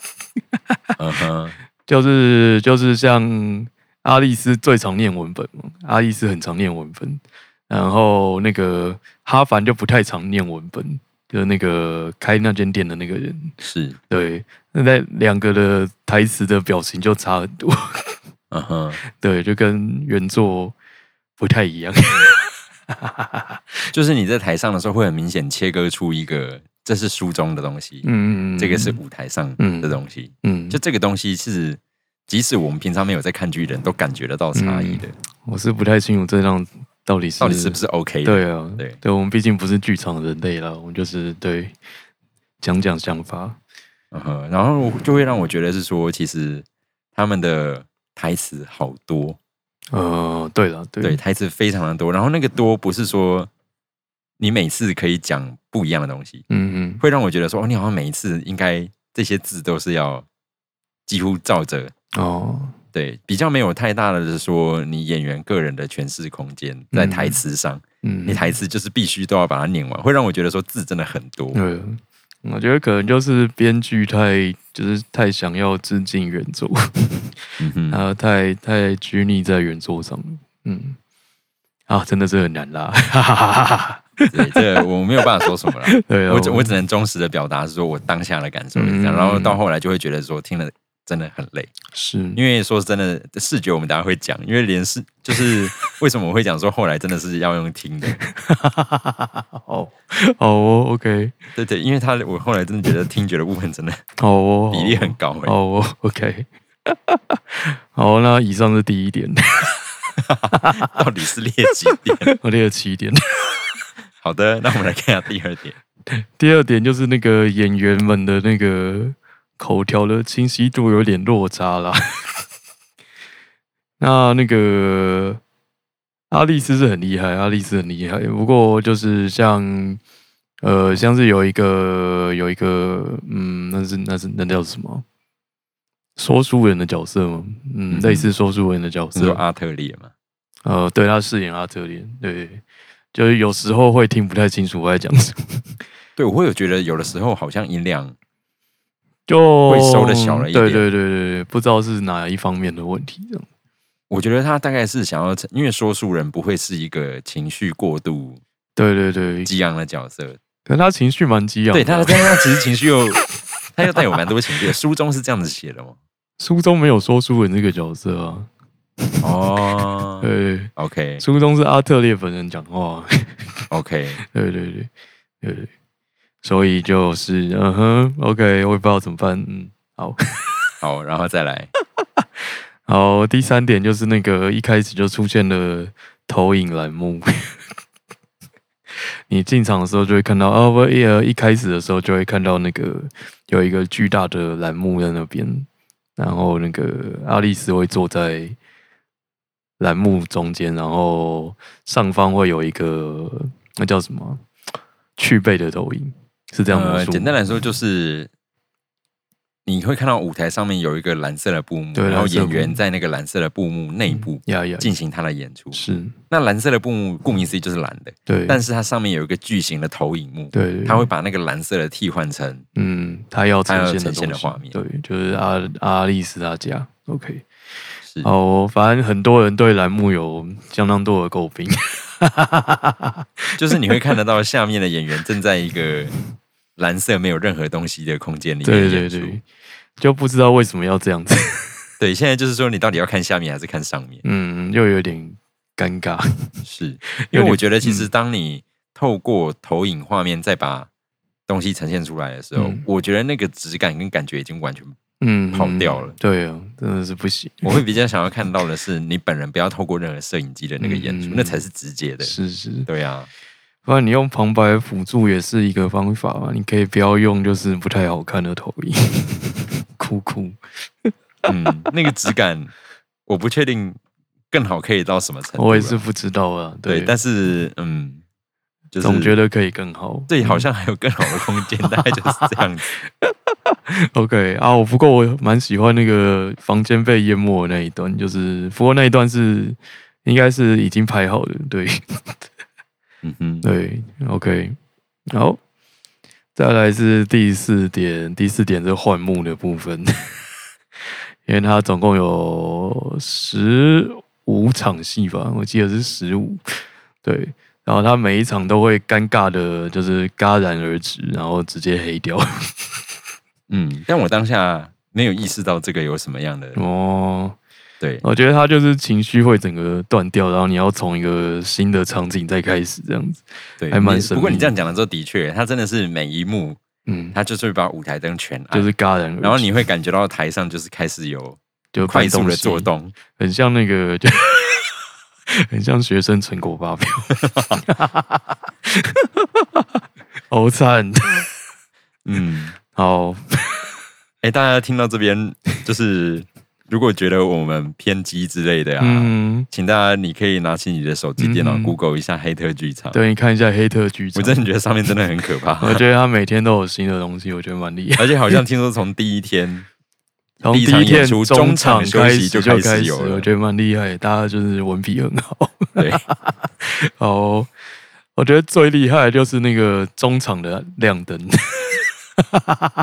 Speaker 1: 嗯哼，
Speaker 2: 就是就是像阿丽斯最常念文本嘛，阿丽斯很常念文本，然后那个哈凡就不太常念文本，就是那个开那间店的那个人，
Speaker 1: 是，
Speaker 2: 对，那在两个的台词的表情就差很多，
Speaker 1: 嗯哼，
Speaker 2: 对，就跟原作不太一样。
Speaker 1: 就是你在台上的时候，会很明显切割出一个这是书中的东西，
Speaker 2: 嗯嗯嗯，
Speaker 1: 这个是舞台上的东西。
Speaker 2: 嗯，
Speaker 1: 就这个东西是，即使我们平常没有在看剧的人都感觉得到差异的，
Speaker 2: 我是不太清楚这样到底是
Speaker 1: 到底是不是 OK 的？
Speaker 2: 对啊，
Speaker 1: 对
Speaker 2: 我们毕竟不是剧场人类了，我们就是对讲讲想法。
Speaker 1: 嗯哼，然后就会让我觉得是说，其实他们的台词好多，
Speaker 2: 呃，对了，对
Speaker 1: 对，台词非常的多。然后那个多不是说你每次可以讲不一样的东西，
Speaker 2: 嗯嗯，
Speaker 1: 会让我觉得说，哦，你好像每一次应该这些字都是要几乎照着。
Speaker 2: 哦，
Speaker 1: 对，比较没有太大的是说你演员个人的诠释空间在
Speaker 2: 嗯
Speaker 1: 台词上，
Speaker 2: 嗯，
Speaker 1: 你台词就是必须都要把它念完，会让我觉得说字真的很多。
Speaker 2: 对，我觉得可能就是编剧太就是太想要致敬原作，
Speaker 1: 嗯哼，
Speaker 2: 然后太太拘泥在原作上了。嗯，啊，真的是很难啦，哈哈哈哈哈。
Speaker 1: 对，这我没有办法说什么了。
Speaker 2: 对啊，
Speaker 1: 我只我只能忠实的表达是说我当下的感受是这样，
Speaker 2: 嗯
Speaker 1: 然后到后来就会觉得说听了真的很累，
Speaker 2: 是
Speaker 1: 因为说真的视觉我们等一下会讲，因为连 视就是为什么我会讲说后来真的是要用 听的，
Speaker 2: 好好哦，OK，
Speaker 1: 对对，因为他我后来真的觉得听觉的部分真的
Speaker 2: 好哦，
Speaker 1: 比例很高、欸，
Speaker 2: 好哦，OK，好，那以上是第一点，
Speaker 1: 到底是列几点？
Speaker 2: 我列了七点。
Speaker 1: 好的，那我们来看一下第二点。
Speaker 2: 第二点就是那个演员们的那个口条的清晰度有点落差啦。 那那个阿丽斯是很厉害，阿丽斯很厉害。不过就是像呃，像是有一个有一个嗯，那是那是那叫什么？说书人的角色吗？嗯，
Speaker 1: 嗯
Speaker 2: 类似说书人的角
Speaker 1: 是
Speaker 2: 色
Speaker 1: 说。阿特烈嘛？
Speaker 2: 呃，对他饰演阿特莲，对，就是有时候会听不太清楚我在讲什么，
Speaker 1: 对，我会有觉得有的时候好像音量，
Speaker 2: 就
Speaker 1: 会收得小了一
Speaker 2: 对
Speaker 1: 点
Speaker 2: 对对对对，不知道是哪一方面的问题，这样
Speaker 1: 我觉得他大概是想要，因为说书人不会是一个情绪过度
Speaker 2: 对对对，
Speaker 1: 激昂的角色，
Speaker 2: 可能他情绪蛮激昂的
Speaker 1: 对
Speaker 2: 啊。
Speaker 1: 他，但他其实情绪又，他又带有蛮多情绪的。书中是这样子写的嘛？
Speaker 2: 书中没有说书人这个角色啊，
Speaker 1: 哦
Speaker 2: 对，
Speaker 1: ，OK
Speaker 2: 书中是阿特烈本人讲话，
Speaker 1: OK，
Speaker 2: 对对对对对，所以就是嗯哼，OK，我也不知道怎么办，嗯，好。
Speaker 1: 好，然后再来，
Speaker 2: 好，第三点就是那个一开始就出现了投影栏目。 你进场的时候就会看到，哦不，一呃一开始的时候就会看到那个有一个巨大的栏目在那边，然后那个阿丽丝会坐在栏目中间，然后上方会有一个那叫什么啊去背的投影，是这样描
Speaker 1: 呃，
Speaker 2: 述吗。
Speaker 1: 简单来说就是，你会看到舞台上面有一个蓝色的布幕，
Speaker 2: 对
Speaker 1: 然后
Speaker 2: 蓝色布
Speaker 1: 演
Speaker 2: 幕嗯
Speaker 1: 员在那个蓝色的布幕内部
Speaker 2: 呀呀，
Speaker 1: 进行他的演出。
Speaker 2: 是，
Speaker 1: 那蓝色的布幕顾名思义就是蓝的，
Speaker 2: 对，
Speaker 1: 但是它上面有一个巨型的投影幕，
Speaker 2: 对，对
Speaker 1: 它会把那个蓝色的替换成
Speaker 2: 嗯，他要呈
Speaker 1: 他要
Speaker 2: 现的
Speaker 1: 呈现的
Speaker 2: 东西
Speaker 1: 画面
Speaker 2: 对，就是阿阿丽斯他家。OK，
Speaker 1: 是
Speaker 2: 好哦，反正很多人对栏目有相当多的诟 病。
Speaker 1: 就是你会看得到下面的演员正在一个蓝色没有任何东西的空间里
Speaker 2: 对
Speaker 1: 面
Speaker 2: 对
Speaker 1: 演出。
Speaker 2: 对，就不知道为什么要 这样子。
Speaker 1: 对现在就是说你到底要看下面还是看上面？
Speaker 2: 嗯，又有点尴尬。
Speaker 1: 是
Speaker 2: 嗯
Speaker 1: 因为
Speaker 2: 有点嗯
Speaker 1: 我觉得其实当你透过投影画面再把东西呈现出来的时候，
Speaker 2: 嗯
Speaker 1: 我觉得那个质感跟感觉已经完全，
Speaker 2: 嗯，
Speaker 1: 跑掉了
Speaker 2: 对啊，真的是不行。
Speaker 1: 我会比较想要看到的是你本人不要透过任何摄影机的那个演出，
Speaker 2: 嗯
Speaker 1: 那才是直接的。
Speaker 2: 是是，
Speaker 1: 对啊，
Speaker 2: 不然你用旁白辅助也是一个方法嘛。你可以不要用就是不太好看的投影， 哭哭。
Speaker 1: 嗯，那个质感我不确定更好可以到什么程度啦。
Speaker 2: 我也是不知道啊。
Speaker 1: 啊对，但是嗯，就是
Speaker 2: 总觉得可以更好。
Speaker 1: 对，
Speaker 2: 嗯
Speaker 1: 好像还有更好的空间，大概就是这 样子。
Speaker 2: OK 啊，我不过我蛮喜欢那个房间被淹没的那一段，就是不过那一段是应该是已经拍好的，对
Speaker 1: 嗯哼，
Speaker 2: 对，OK，好，再来是第四点，第四点是换幕的部分， 因为它总共有十五场戏吧，我记得是十五，对，然后它每一场都会尴尬的，就是戛然而止，然后直接黑掉，
Speaker 1: 嗯，但我当下没有意识到这个有什么样的
Speaker 2: 哦。
Speaker 1: 对，
Speaker 2: 我觉得他就是情绪会整个断掉，然后你要从一个新的场景再开始这样子。嗯
Speaker 1: 对，
Speaker 2: 还蛮
Speaker 1: 你
Speaker 2: 神秘
Speaker 1: 不过你这样讲了之后，的确，它真的是每一幕，
Speaker 2: 嗯，
Speaker 1: 它就是会把舞台灯全暗，
Speaker 2: 就是戛然而止，
Speaker 1: 然后你会感觉到台上就是开始有
Speaker 2: 就
Speaker 1: 快
Speaker 2: 搬
Speaker 1: 速
Speaker 2: 东
Speaker 1: 的
Speaker 2: 西
Speaker 1: 做， 动，
Speaker 2: 很像那个，就很像学生成果发表，好惨。
Speaker 1: 嗯，
Speaker 2: 好，
Speaker 1: 哎，大家听到这边，就是如果觉得我们偏激之类的啊，
Speaker 2: 嗯，
Speaker 1: 请大家你可以拿起你的手机、电脑
Speaker 2: 嗯
Speaker 1: Google 一下黑特剧场，
Speaker 2: 对，你看一下黑特剧
Speaker 1: 我
Speaker 2: 场，
Speaker 1: 真的觉得上面真的很可怕，
Speaker 2: 我觉得他每天都有新的东西，我觉得蛮厉害。
Speaker 1: 而且好像听说从第一天，
Speaker 2: 从
Speaker 1: 第一
Speaker 2: 第
Speaker 1: 场
Speaker 2: 一天
Speaker 1: 演出中
Speaker 2: 中
Speaker 1: 场
Speaker 2: 场
Speaker 1: 休
Speaker 2: 开
Speaker 1: 息
Speaker 2: 始
Speaker 1: 就
Speaker 2: 就
Speaker 1: 开始
Speaker 2: 开始，
Speaker 1: 有了
Speaker 2: 我觉得蛮厉害的，大家就是文笔很好。
Speaker 1: 对，
Speaker 2: 哦，我觉得最厉害的就是那个中场的亮灯，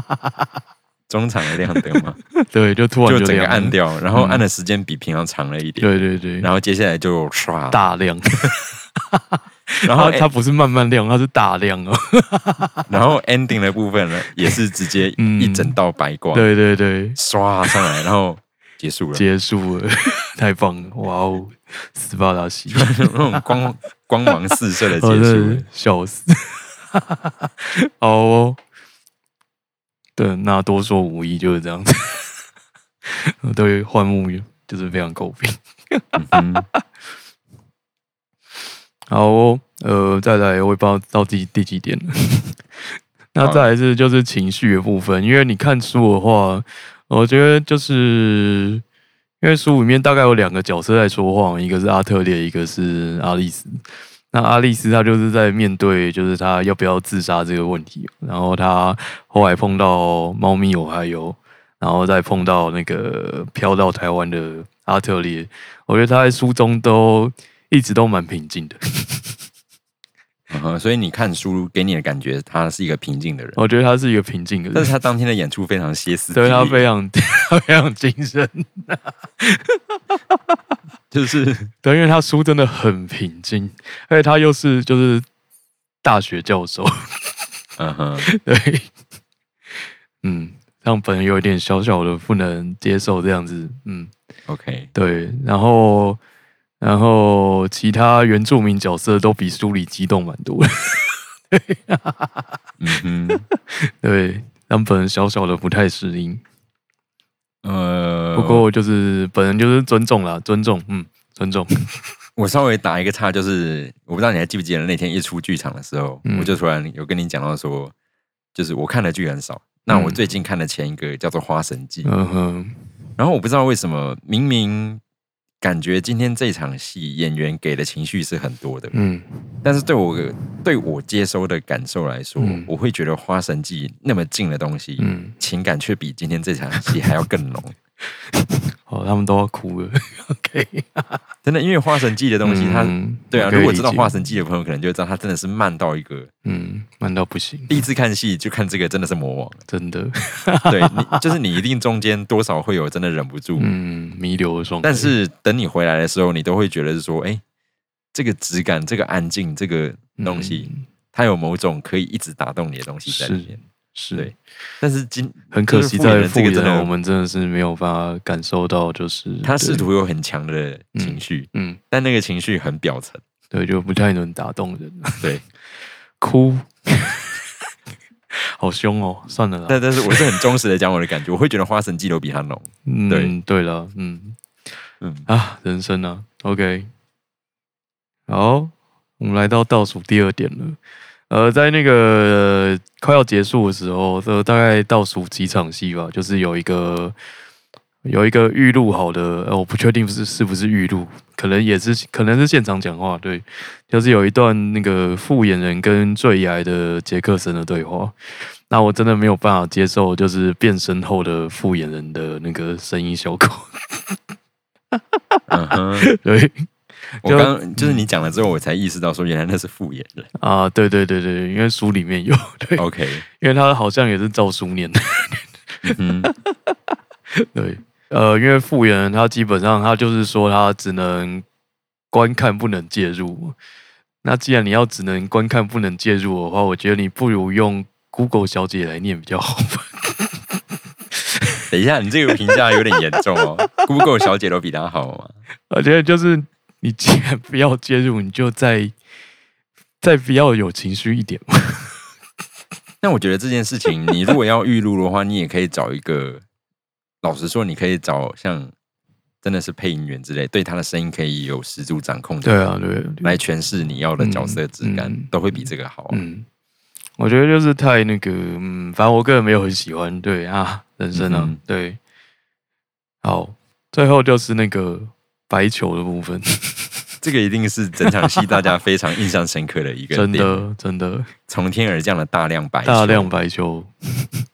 Speaker 1: 中场的亮灯 嘛，
Speaker 2: 对，就突然
Speaker 1: 就
Speaker 2: 就
Speaker 1: 整个
Speaker 2: 亮嗯
Speaker 1: 暗
Speaker 2: 了，
Speaker 1: 掉，然后按的时间比平常长了一点，
Speaker 2: 对对对，
Speaker 1: 然后接下来就唰，
Speaker 2: 大亮，
Speaker 1: 然后哎
Speaker 2: 它它不是慢慢量，它是大量哦。
Speaker 1: 然后 ending 的部分呢，也是直接
Speaker 2: 嗯
Speaker 1: 一整道白光，
Speaker 2: 对对对，
Speaker 1: 刷上来，然后结束了，
Speaker 2: 结束了， 太棒了！哇哦，斯巴 达西，
Speaker 1: 那种光光芒四射的结
Speaker 2: 我真
Speaker 1: 束了
Speaker 2: 的。笑死。 好哦，对，那多说无益就是这样子。 我对幻木就是非常诟病。
Speaker 1: 嗯哼，
Speaker 2: 好哦，呃，再来，我也不知道到第第几点了。 那再来是就是情绪的部分，因为你看书的话，我觉得就是因为书里面大概有两个角色在说话，一个是阿特烈，一个是阿丽丝。那阿丽丝她就是在面对就是她要不要自杀这个问题，然后她后来碰到猫咪有还有，然后再碰到那个飘到台湾的阿特烈，我觉得他在书中都一直都蛮平静的。
Speaker 1: 嗯哼，所以你看书给你的感觉，他是一个平静的人，
Speaker 2: 我觉得他是一个平静的
Speaker 1: 但
Speaker 2: 人
Speaker 1: 是，他当天的演出非常歇斯底
Speaker 2: 哦对
Speaker 1: 里，
Speaker 2: 他非常 他非常精神，
Speaker 1: 就是
Speaker 2: 对，因为他书真的很平静，而且他又是就是大学教授，
Speaker 1: 嗯哼，
Speaker 2: 对，嗯，让本人有一点小小的不能接受这样子，嗯，
Speaker 1: OK，
Speaker 2: 对，然后然后其他原住民角色都比书里激动蛮多的，
Speaker 1: 嗯哼，
Speaker 2: 对，让本人小小的不太适应，
Speaker 1: 呃，
Speaker 2: 不过就是本人就是尊重啦，尊重，嗯，尊重，
Speaker 1: 我稍微打一个岔，就是我不知道你还记不记得那天一出剧场的时候，
Speaker 2: 嗯
Speaker 1: 我就突然有跟你讲到说，就是我看的剧很少。那我最近看的前一个叫做《花神记》，
Speaker 2: 嗯哼。
Speaker 1: 然后我不知道为什么，明明感觉今天这场戏演员给的情绪是很多的，
Speaker 2: 嗯
Speaker 1: 但是对我对我接收的感受来说，
Speaker 2: 嗯
Speaker 1: 我会觉得《花神记》那么近的东西，
Speaker 2: 嗯，
Speaker 1: 情感却比今天这场戏还要更浓。
Speaker 2: 好，哦他们都要哭了。OK，
Speaker 1: 真的，因为《花神记》的东西，它
Speaker 2: 嗯
Speaker 1: 对啊，
Speaker 2: 我可以
Speaker 1: 如果知道
Speaker 2: 理
Speaker 1: 《
Speaker 2: 解
Speaker 1: 花神记》的朋友，可能就会知道它真的是慢到一 个
Speaker 2: 嗯，慢到不行，
Speaker 1: 第一次看戏就看这个，真的是魔王。
Speaker 2: 真的，
Speaker 1: 对，你就是你一定中间多少会有真的忍不住，
Speaker 2: 嗯，弥留的双腿。
Speaker 1: 但是等你回来的时候，你都会觉得是说，哎、这个质感、这个安静、这个东西，
Speaker 2: 嗯
Speaker 1: 它有某种可以一直打动你的东西在
Speaker 2: 是
Speaker 1: 里面。
Speaker 2: 是
Speaker 1: 对，但是今
Speaker 2: 很可惜，在
Speaker 1: 就是
Speaker 2: 复
Speaker 1: 复原这个真的
Speaker 2: 原我们真的是没有办法感受到，就是
Speaker 1: 他试，
Speaker 2: 对
Speaker 1: 图有很强的情绪，
Speaker 2: 嗯，
Speaker 1: 但那个情绪很表层。
Speaker 2: 对，就不太能打动人，
Speaker 1: 对，
Speaker 2: 哭， 好凶哦，算了啦，
Speaker 1: 但但是我是很忠实的讲我的感觉，我会觉得花神记流比他浓。对
Speaker 2: 嗯，对了，嗯，
Speaker 1: 嗯，
Speaker 2: 啊，人生啊，OK。好，我们来到倒数第二点了。呃，在那个、呃快要结束的时候，呃，大概倒数几场戏吧，就是有一个有一个预录好的，呃，我不确定是是不是预录，可能也是可能是现场讲话，对，就是有一段那个复演人跟最矮的杰克森的对话。那我真的没有办法接受，就是变身后的复演人的那个声音效果，
Speaker 1: 嗯哼，
Speaker 2: 对。
Speaker 1: 我刚就是
Speaker 2: 嗯
Speaker 1: 你讲了之后，我才意识到说原来那是复眼人。
Speaker 2: 啊，对对对对，因为书里面有， 对，
Speaker 1: OK，
Speaker 2: 因为他好像也是照书念的，
Speaker 1: 嗯哼，
Speaker 2: 对，呃，因为复原他基本上他就是说他只能观看不能介入，那既然你要只能观看不能介入的话，我觉得你不如用 Google 小姐来念比较好吧，
Speaker 1: 等一下，你这个评价有点严重哦。Google 小姐都比他好哦嘛？
Speaker 2: 我觉得就是你既然不要介入，你就再再不要有情绪一点嘛，
Speaker 1: 那我觉得这件事情，你如果要预录的话，你也可以找一个，老实说，你可以找像真的是配音员之类，对他的声音可以有十足掌控的，
Speaker 2: 对啊，对，对
Speaker 1: 来诠释你要的角色质感，
Speaker 2: 嗯嗯
Speaker 1: 都会比这个好啊、
Speaker 2: 嗯，我觉得就是太那个，嗯，反正我个人没有很喜欢。对啊，人生啊，
Speaker 1: 嗯哼
Speaker 2: 对。好，最后就是那个白球的 部分，
Speaker 1: 这个一定是整场戏大家非常印象深刻的一个
Speaker 2: 真
Speaker 1: 点，
Speaker 2: 的真的
Speaker 1: 从天而降的大量白球
Speaker 2: 大量白球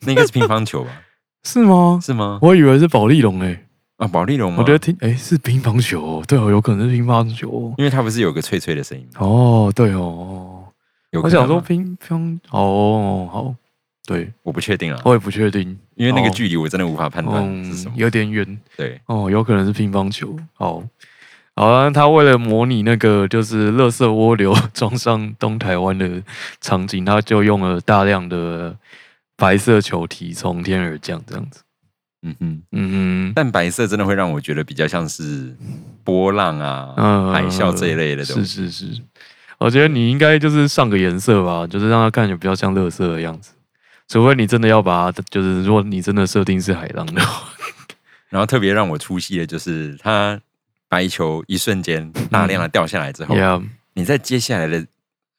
Speaker 1: 那应该是乒乓球吧？
Speaker 2: 是吗？
Speaker 1: 是吗？
Speaker 2: 我以为是保利龙诶、
Speaker 1: 啊，保利龙吗？
Speaker 2: 我觉得听诶、是乒乓球哦、对哦，有可能是乒乓球
Speaker 1: 因为它不是有个脆脆的声音吗？
Speaker 2: 哦，哦对哦，
Speaker 1: 有
Speaker 2: 我
Speaker 1: 可
Speaker 2: 想
Speaker 1: 能
Speaker 2: 说
Speaker 1: 吗
Speaker 2: 乒乓哦好，对
Speaker 1: 我不确定啊，
Speaker 2: 我也不确定，
Speaker 1: 因为那
Speaker 2: 哦嗯
Speaker 1: 个距离我真的无法判断是什么。
Speaker 2: 有点远，
Speaker 1: 对，
Speaker 2: 哦，有可能是乒乓球。好，好啊，他为了模拟那个就是垃圾涡流 撞上东台湾的场景，他就用了大量的白色球体从天而降，这样子。
Speaker 1: 嗯哼，
Speaker 2: 嗯
Speaker 1: 但白色真的会让我觉得比较像是波浪啊、
Speaker 2: 嗯
Speaker 1: 海啸这一类的
Speaker 2: 哼，
Speaker 1: 东西。
Speaker 2: 是是是，我觉得你应该就是上个颜色吧，就是让它看起来比较像垃圾的样子。除非你真的要把它，就是如果你真的设定是海浪 的话，
Speaker 1: 然后特别让我出戏的就是，它白球一瞬间大量的掉下来之后，
Speaker 2: 嗯 yeah,
Speaker 1: 你在接下来的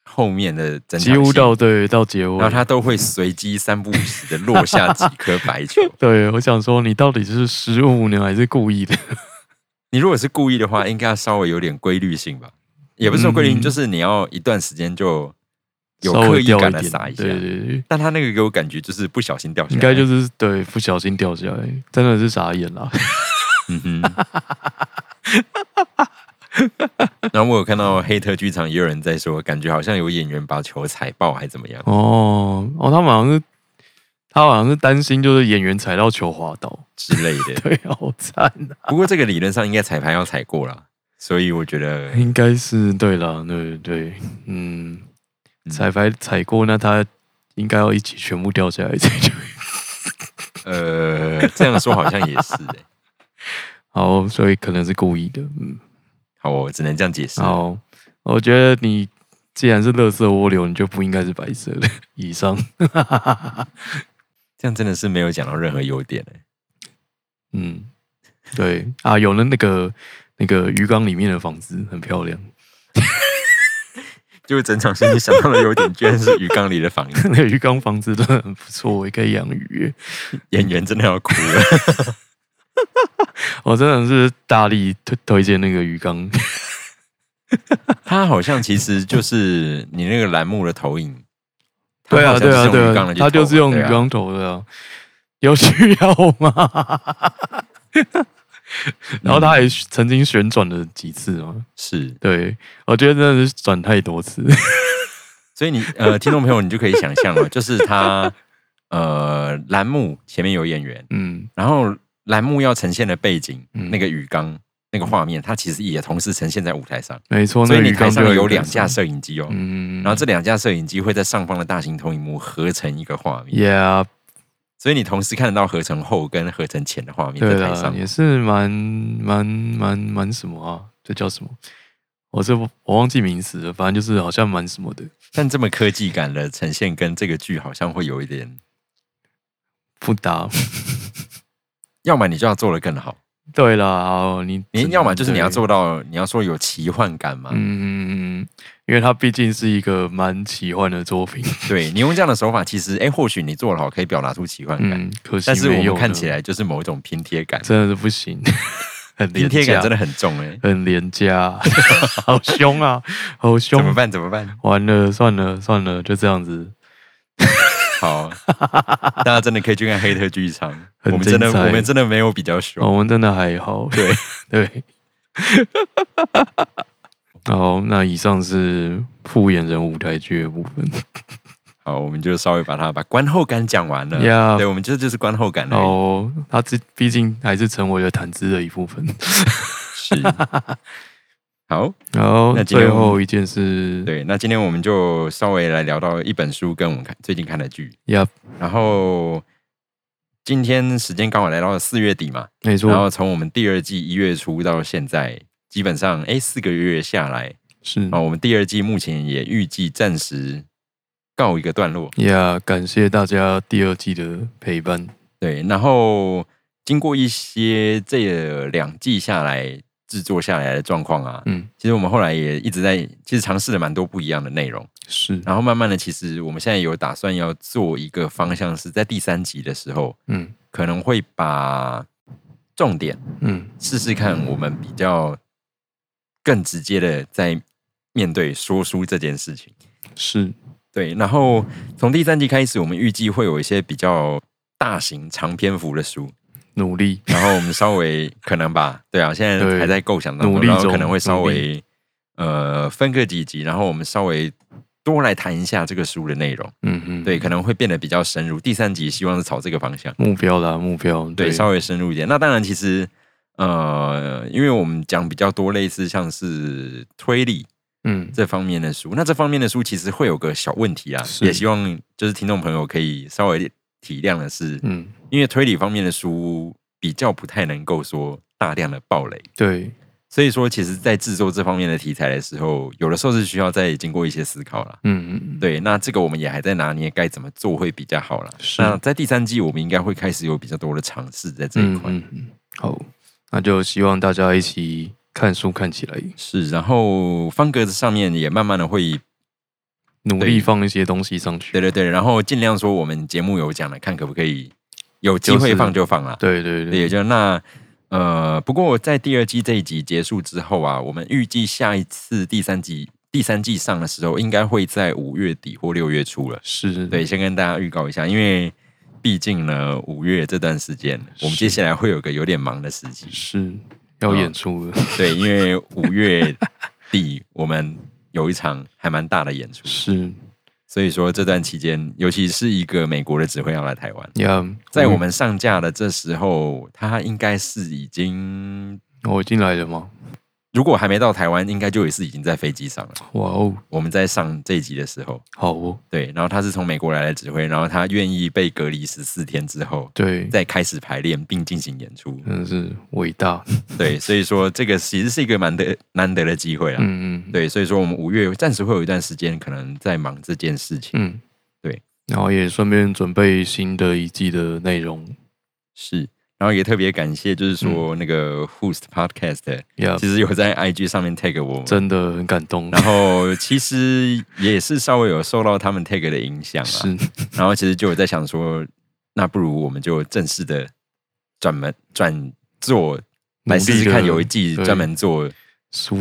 Speaker 1: 后面的整
Speaker 2: 几
Speaker 1: 场
Speaker 2: 乎
Speaker 1: 戏，
Speaker 2: 到对到结
Speaker 1: 然后
Speaker 2: 尾。
Speaker 1: 它都会随机三不五时的落下几颗白球。
Speaker 2: 对，我想说你到底是失误呢，还是故意的？
Speaker 1: 你如果是故意的话，应该要稍微有点规律性吧？也不是说规律性，
Speaker 2: 嗯
Speaker 1: 就是你要一段时间就有
Speaker 2: 稍
Speaker 1: 刻
Speaker 2: 微
Speaker 1: 意
Speaker 2: 掉
Speaker 1: 感
Speaker 2: 一
Speaker 1: 的
Speaker 2: 点，
Speaker 1: 撒一下。
Speaker 2: 对对对。
Speaker 1: 但他那个给我感觉就是不小心掉下来，
Speaker 2: 应该就是对不小心掉下来，真的是傻眼啦。
Speaker 1: 嗯哼。然后我有看到黑特剧场也有人在说，感觉好像有演员把球踩爆还怎么样
Speaker 2: 哦哦，他们好像是他好像是担心就是演员踩到球滑倒，
Speaker 1: 之类 的。
Speaker 2: 对，好 惨啊！
Speaker 1: 不过这个理论上应该彩排要踩过啦，所以我觉得
Speaker 2: 应该是对啦，对对，嗯，
Speaker 1: 嗯
Speaker 2: 彩排 踩过，那他应该要一起全部掉下来才对。
Speaker 1: 呃这样说好像也是、欸。
Speaker 2: 好，所以可能是故意的，嗯，
Speaker 1: 好、哦，我只能这样解释。
Speaker 2: 好，我觉得你既然是垃圾涡流，你就不应该是白色的。以上，
Speaker 1: 这样真的是没有讲到任何优点、欸、
Speaker 2: 嗯，对啊，有了那个那个鱼缸里面的房子很漂亮，
Speaker 1: 就整场戏你想到的优点，居然是鱼缸里的房子。
Speaker 2: 那个鱼缸房子真的很不错，我也可以养鱼。
Speaker 1: 演员真的要哭了。
Speaker 2: 我哦真的是大力推推荐那个鱼 缸。
Speaker 1: 他好像其实就是你那个栏目的投影。它
Speaker 2: 对啊，
Speaker 1: 好像
Speaker 2: 对啊，
Speaker 1: 是用
Speaker 2: 对
Speaker 1: 鱼缸
Speaker 2: 啊
Speaker 1: 的，去
Speaker 2: 他就
Speaker 1: 投
Speaker 2: 是用
Speaker 1: 对
Speaker 2: 鱼
Speaker 1: 啊
Speaker 2: 缸投的啊，有需要吗？ 然后他
Speaker 1: 嗯
Speaker 2: 还曾经旋转了几次嘛，
Speaker 1: 是，
Speaker 2: 对我觉得真的是转太多次。
Speaker 1: 所以你呃，听众朋友，你就可以想象 了，就是他呃，栏目前面有演员，
Speaker 2: 嗯，
Speaker 1: 然后栏目要呈现的背景，
Speaker 2: 嗯
Speaker 1: 那个鱼缸那个画面，它其实也同时呈现在舞台上，
Speaker 2: 没错，
Speaker 1: 所以
Speaker 2: 哦那个
Speaker 1: 你
Speaker 2: 鱼
Speaker 1: 台
Speaker 2: 缸
Speaker 1: 上
Speaker 2: 就
Speaker 1: 有
Speaker 2: 很
Speaker 1: 两
Speaker 2: 可
Speaker 1: 架
Speaker 2: 怕，
Speaker 1: 摄影机哦，
Speaker 2: 嗯，
Speaker 1: 然后这两架摄影机会在上方的大型投影幕合成一个画面，
Speaker 2: yeah，
Speaker 1: 所以你同时看得到合成后跟合成前的画面在
Speaker 2: 对啊
Speaker 1: 台
Speaker 2: 啦，
Speaker 1: 上。
Speaker 2: 也是蛮蛮蛮蛮什么啊？这叫什么？我这我忘记名词了，反正就是好像蛮什么的，
Speaker 1: 但这么科技感的呈现，跟这个剧好像会有一点，
Speaker 2: 不搭。
Speaker 1: 要么你就要做得更好，
Speaker 2: 对啦，好你
Speaker 1: 你
Speaker 2: 真
Speaker 1: 要么就是你要，
Speaker 2: 对
Speaker 1: 做到，你要说有奇幻感嘛，
Speaker 2: 嗯嗯嗯，嗯因为它毕竟是一个蛮奇幻的作 品，
Speaker 1: 对你用这样的手法，其实哎，或许你做得好，可以表达出奇幻感，
Speaker 2: 嗯，可惜
Speaker 1: 但是我
Speaker 2: 没有
Speaker 1: 们
Speaker 2: 呢
Speaker 1: 看起来就是某一种拼贴感，
Speaker 2: 真的是不行， 很
Speaker 1: 拼
Speaker 2: 廉
Speaker 1: 贴感
Speaker 2: 价，
Speaker 1: 真的很重哎、
Speaker 2: 很廉 价，好凶啊，好
Speaker 1: 怎么
Speaker 2: 凶！
Speaker 1: 办？怎么办？
Speaker 2: 完了，算了算了，就这样子，
Speaker 1: 好，大家真的可以去看黑特剧场，我
Speaker 2: 很
Speaker 1: 们真的
Speaker 2: 精彩哦
Speaker 1: 我们真的没有比较爽。
Speaker 2: 我们真的还好，
Speaker 1: 对
Speaker 2: 对。好，那以上是复眼人舞台剧的部分。
Speaker 1: 好，我们就稍微把它把观后感讲完了。
Speaker 2: Yeah
Speaker 1: 对，我们这就是观后感了。
Speaker 2: 哦，它这毕竟还是成为了谈资的一部分。
Speaker 1: 是。好，
Speaker 2: 然后
Speaker 1: 那今天
Speaker 2: 最
Speaker 1: 我们
Speaker 2: 后一件是，
Speaker 1: 对，那今天我们就稍微来聊到一本书跟我们看最近看的剧，
Speaker 2: 呀，
Speaker 1: 然后今天时间刚好来到了四月底嘛，
Speaker 2: 没
Speaker 1: 然
Speaker 2: 错，
Speaker 1: 后从我们第二季一月初到现在，基本上哎四个月下来，
Speaker 2: 是
Speaker 1: 啊，我们第二季目前也预计暂时告一个段落。
Speaker 2: 呀，感谢大家第二季的陪伴。
Speaker 1: 对，然后经过一些这两季下来制作下来的状况啊，
Speaker 2: 嗯，
Speaker 1: 其实我们后来也一直在，其实尝试了蛮多不一样的内容。
Speaker 2: 是，
Speaker 1: 然后慢慢的，其实我们现在有打算要做一个方向，是在第三集的时候，
Speaker 2: 嗯
Speaker 1: 可能会把重点
Speaker 2: 嗯
Speaker 1: 试试看，我们比较更直接的在面对说书这件事情。
Speaker 2: 是，
Speaker 1: 对，然后从第三集开始，我们预计会有一些比较大型长篇幅的书，
Speaker 2: 努力，
Speaker 1: 然后我们稍微可能吧，对啊，现在
Speaker 2: 对
Speaker 1: 还在构想当
Speaker 2: 努
Speaker 1: 中，
Speaker 2: 力
Speaker 1: 然后可
Speaker 2: 中
Speaker 1: 能会稍
Speaker 2: 努
Speaker 1: 微呃分个几集，然后我们稍微多来谈一下这个书的内容，
Speaker 2: 嗯嗯，
Speaker 1: 对，，可能会变得比较深入。第三集希望是朝这个方向，
Speaker 2: 目标啦，目标，
Speaker 1: 对，稍微深入一点。那当然，其实呃，因为我们讲比较多类似像是推理
Speaker 2: 嗯，
Speaker 1: 这方面的书，那这方面的书其实会有个小问题啊，
Speaker 2: 是
Speaker 1: 也希望就是听众朋友可以稍微体谅的是，
Speaker 2: 嗯，
Speaker 1: 因为推理方面的书比较不太能够说大量的暴雷，
Speaker 2: 对，
Speaker 1: 所以说其实在制作这方面的题材的时候，有的时候是需要再经过一些思考啦。
Speaker 2: 嗯嗯，
Speaker 1: 对，那这个我们也还在拿捏该怎么做会比较好啦。
Speaker 2: 是
Speaker 1: 那在第三季，我们应该会开始有比较多的尝试在这一块。
Speaker 2: 嗯嗯，好，那就希望大家一起看书看起来，
Speaker 1: 是，然后方格子上面也慢慢的会，
Speaker 2: 努
Speaker 1: 对
Speaker 2: 力放一些东西上去。
Speaker 1: 对对对，然后尽量说我们节目有讲的，看可不可以有机
Speaker 2: 就
Speaker 1: 会
Speaker 2: 是
Speaker 1: 放就放啦。
Speaker 2: 对对
Speaker 1: 对，也
Speaker 2: 对，
Speaker 1: 就那呃，不过在第二季这一集结束之后啊，我们预计下一次第三季第三季上的时候，应该会在五月底或六月初了。
Speaker 2: 是，
Speaker 1: 对，先跟大家预告一下，因为毕竟呢，五月这段时间，我们接下来会有个有点忙的时期。
Speaker 2: 是要演出了，
Speaker 1: 对，因为五月底我们有一场还蛮大的演出，
Speaker 2: 是
Speaker 1: 所以说这段期间，尤其是一个美国的指挥要来台湾，
Speaker 2: 呀。
Speaker 1: 在我
Speaker 2: 我
Speaker 1: 们上架的这时候，他应该是已经，
Speaker 2: 我进哦来了吗？
Speaker 1: 如果还没到台湾，应该就也是已经在飞机上了。
Speaker 2: 哇哦，
Speaker 1: 我们在上这一集的时候，
Speaker 2: 好哦，
Speaker 1: 对，然后他是从美国来的指挥，然后他愿意被隔离十四天之后，
Speaker 2: 对，
Speaker 1: 再开始排练并进行演出。
Speaker 2: 真的是伟大。
Speaker 1: 对，所以说这个其实是一个蛮得难得的机会啦。啊
Speaker 2: 嗯嗯，，
Speaker 1: 对，所以说我们五月暂时会有一段时间可能在忙这件事情。
Speaker 2: 嗯
Speaker 1: 对，
Speaker 2: 然后也顺便准备新的一季的内容。
Speaker 1: 是，然后也特别感谢，就是
Speaker 2: 嗯
Speaker 1: 说那个 Host Podcast，、
Speaker 2: 呀，
Speaker 1: 其实有在 IG 上面 tag 我们，
Speaker 2: 真的很感动。
Speaker 1: 然后其实也是稍微有受到他们 tag 的影响啊。
Speaker 2: 是，
Speaker 1: 然后其实就有在想说，那不如我们就正式的转门转做。来试试看，有一季专门做
Speaker 2: 书，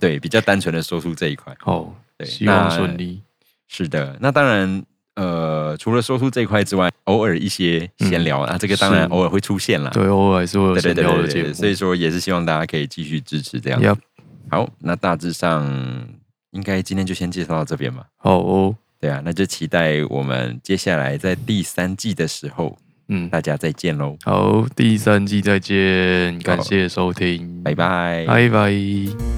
Speaker 1: 对比较单纯的说出这一块。
Speaker 2: 好，
Speaker 1: 对
Speaker 2: 希望
Speaker 1: 那
Speaker 2: 顺利。
Speaker 1: 是的，那当然，呃，除了说出这一块之外，偶尔一些闲聊、啊，这个当然
Speaker 2: 嗯是
Speaker 1: 偶尔会出现啦。
Speaker 2: 对，偶尔还是会有
Speaker 1: 对啊对
Speaker 2: 闲
Speaker 1: 对
Speaker 2: 聊
Speaker 1: 对
Speaker 2: 的节
Speaker 1: 对
Speaker 2: 目。
Speaker 1: 所以说也是希望大家可以继续支持这样。
Speaker 2: 呀，
Speaker 1: 好，那大致上应该今天就先介绍到这边吧。
Speaker 2: 好哦，
Speaker 1: 对啊，那就期待我们接下来在第三季的时候
Speaker 2: 嗯，
Speaker 1: 大家再见喽，
Speaker 2: 好，第三季再见，感
Speaker 1: 好
Speaker 2: 谢收听，
Speaker 1: 拜拜。
Speaker 2: 拜拜。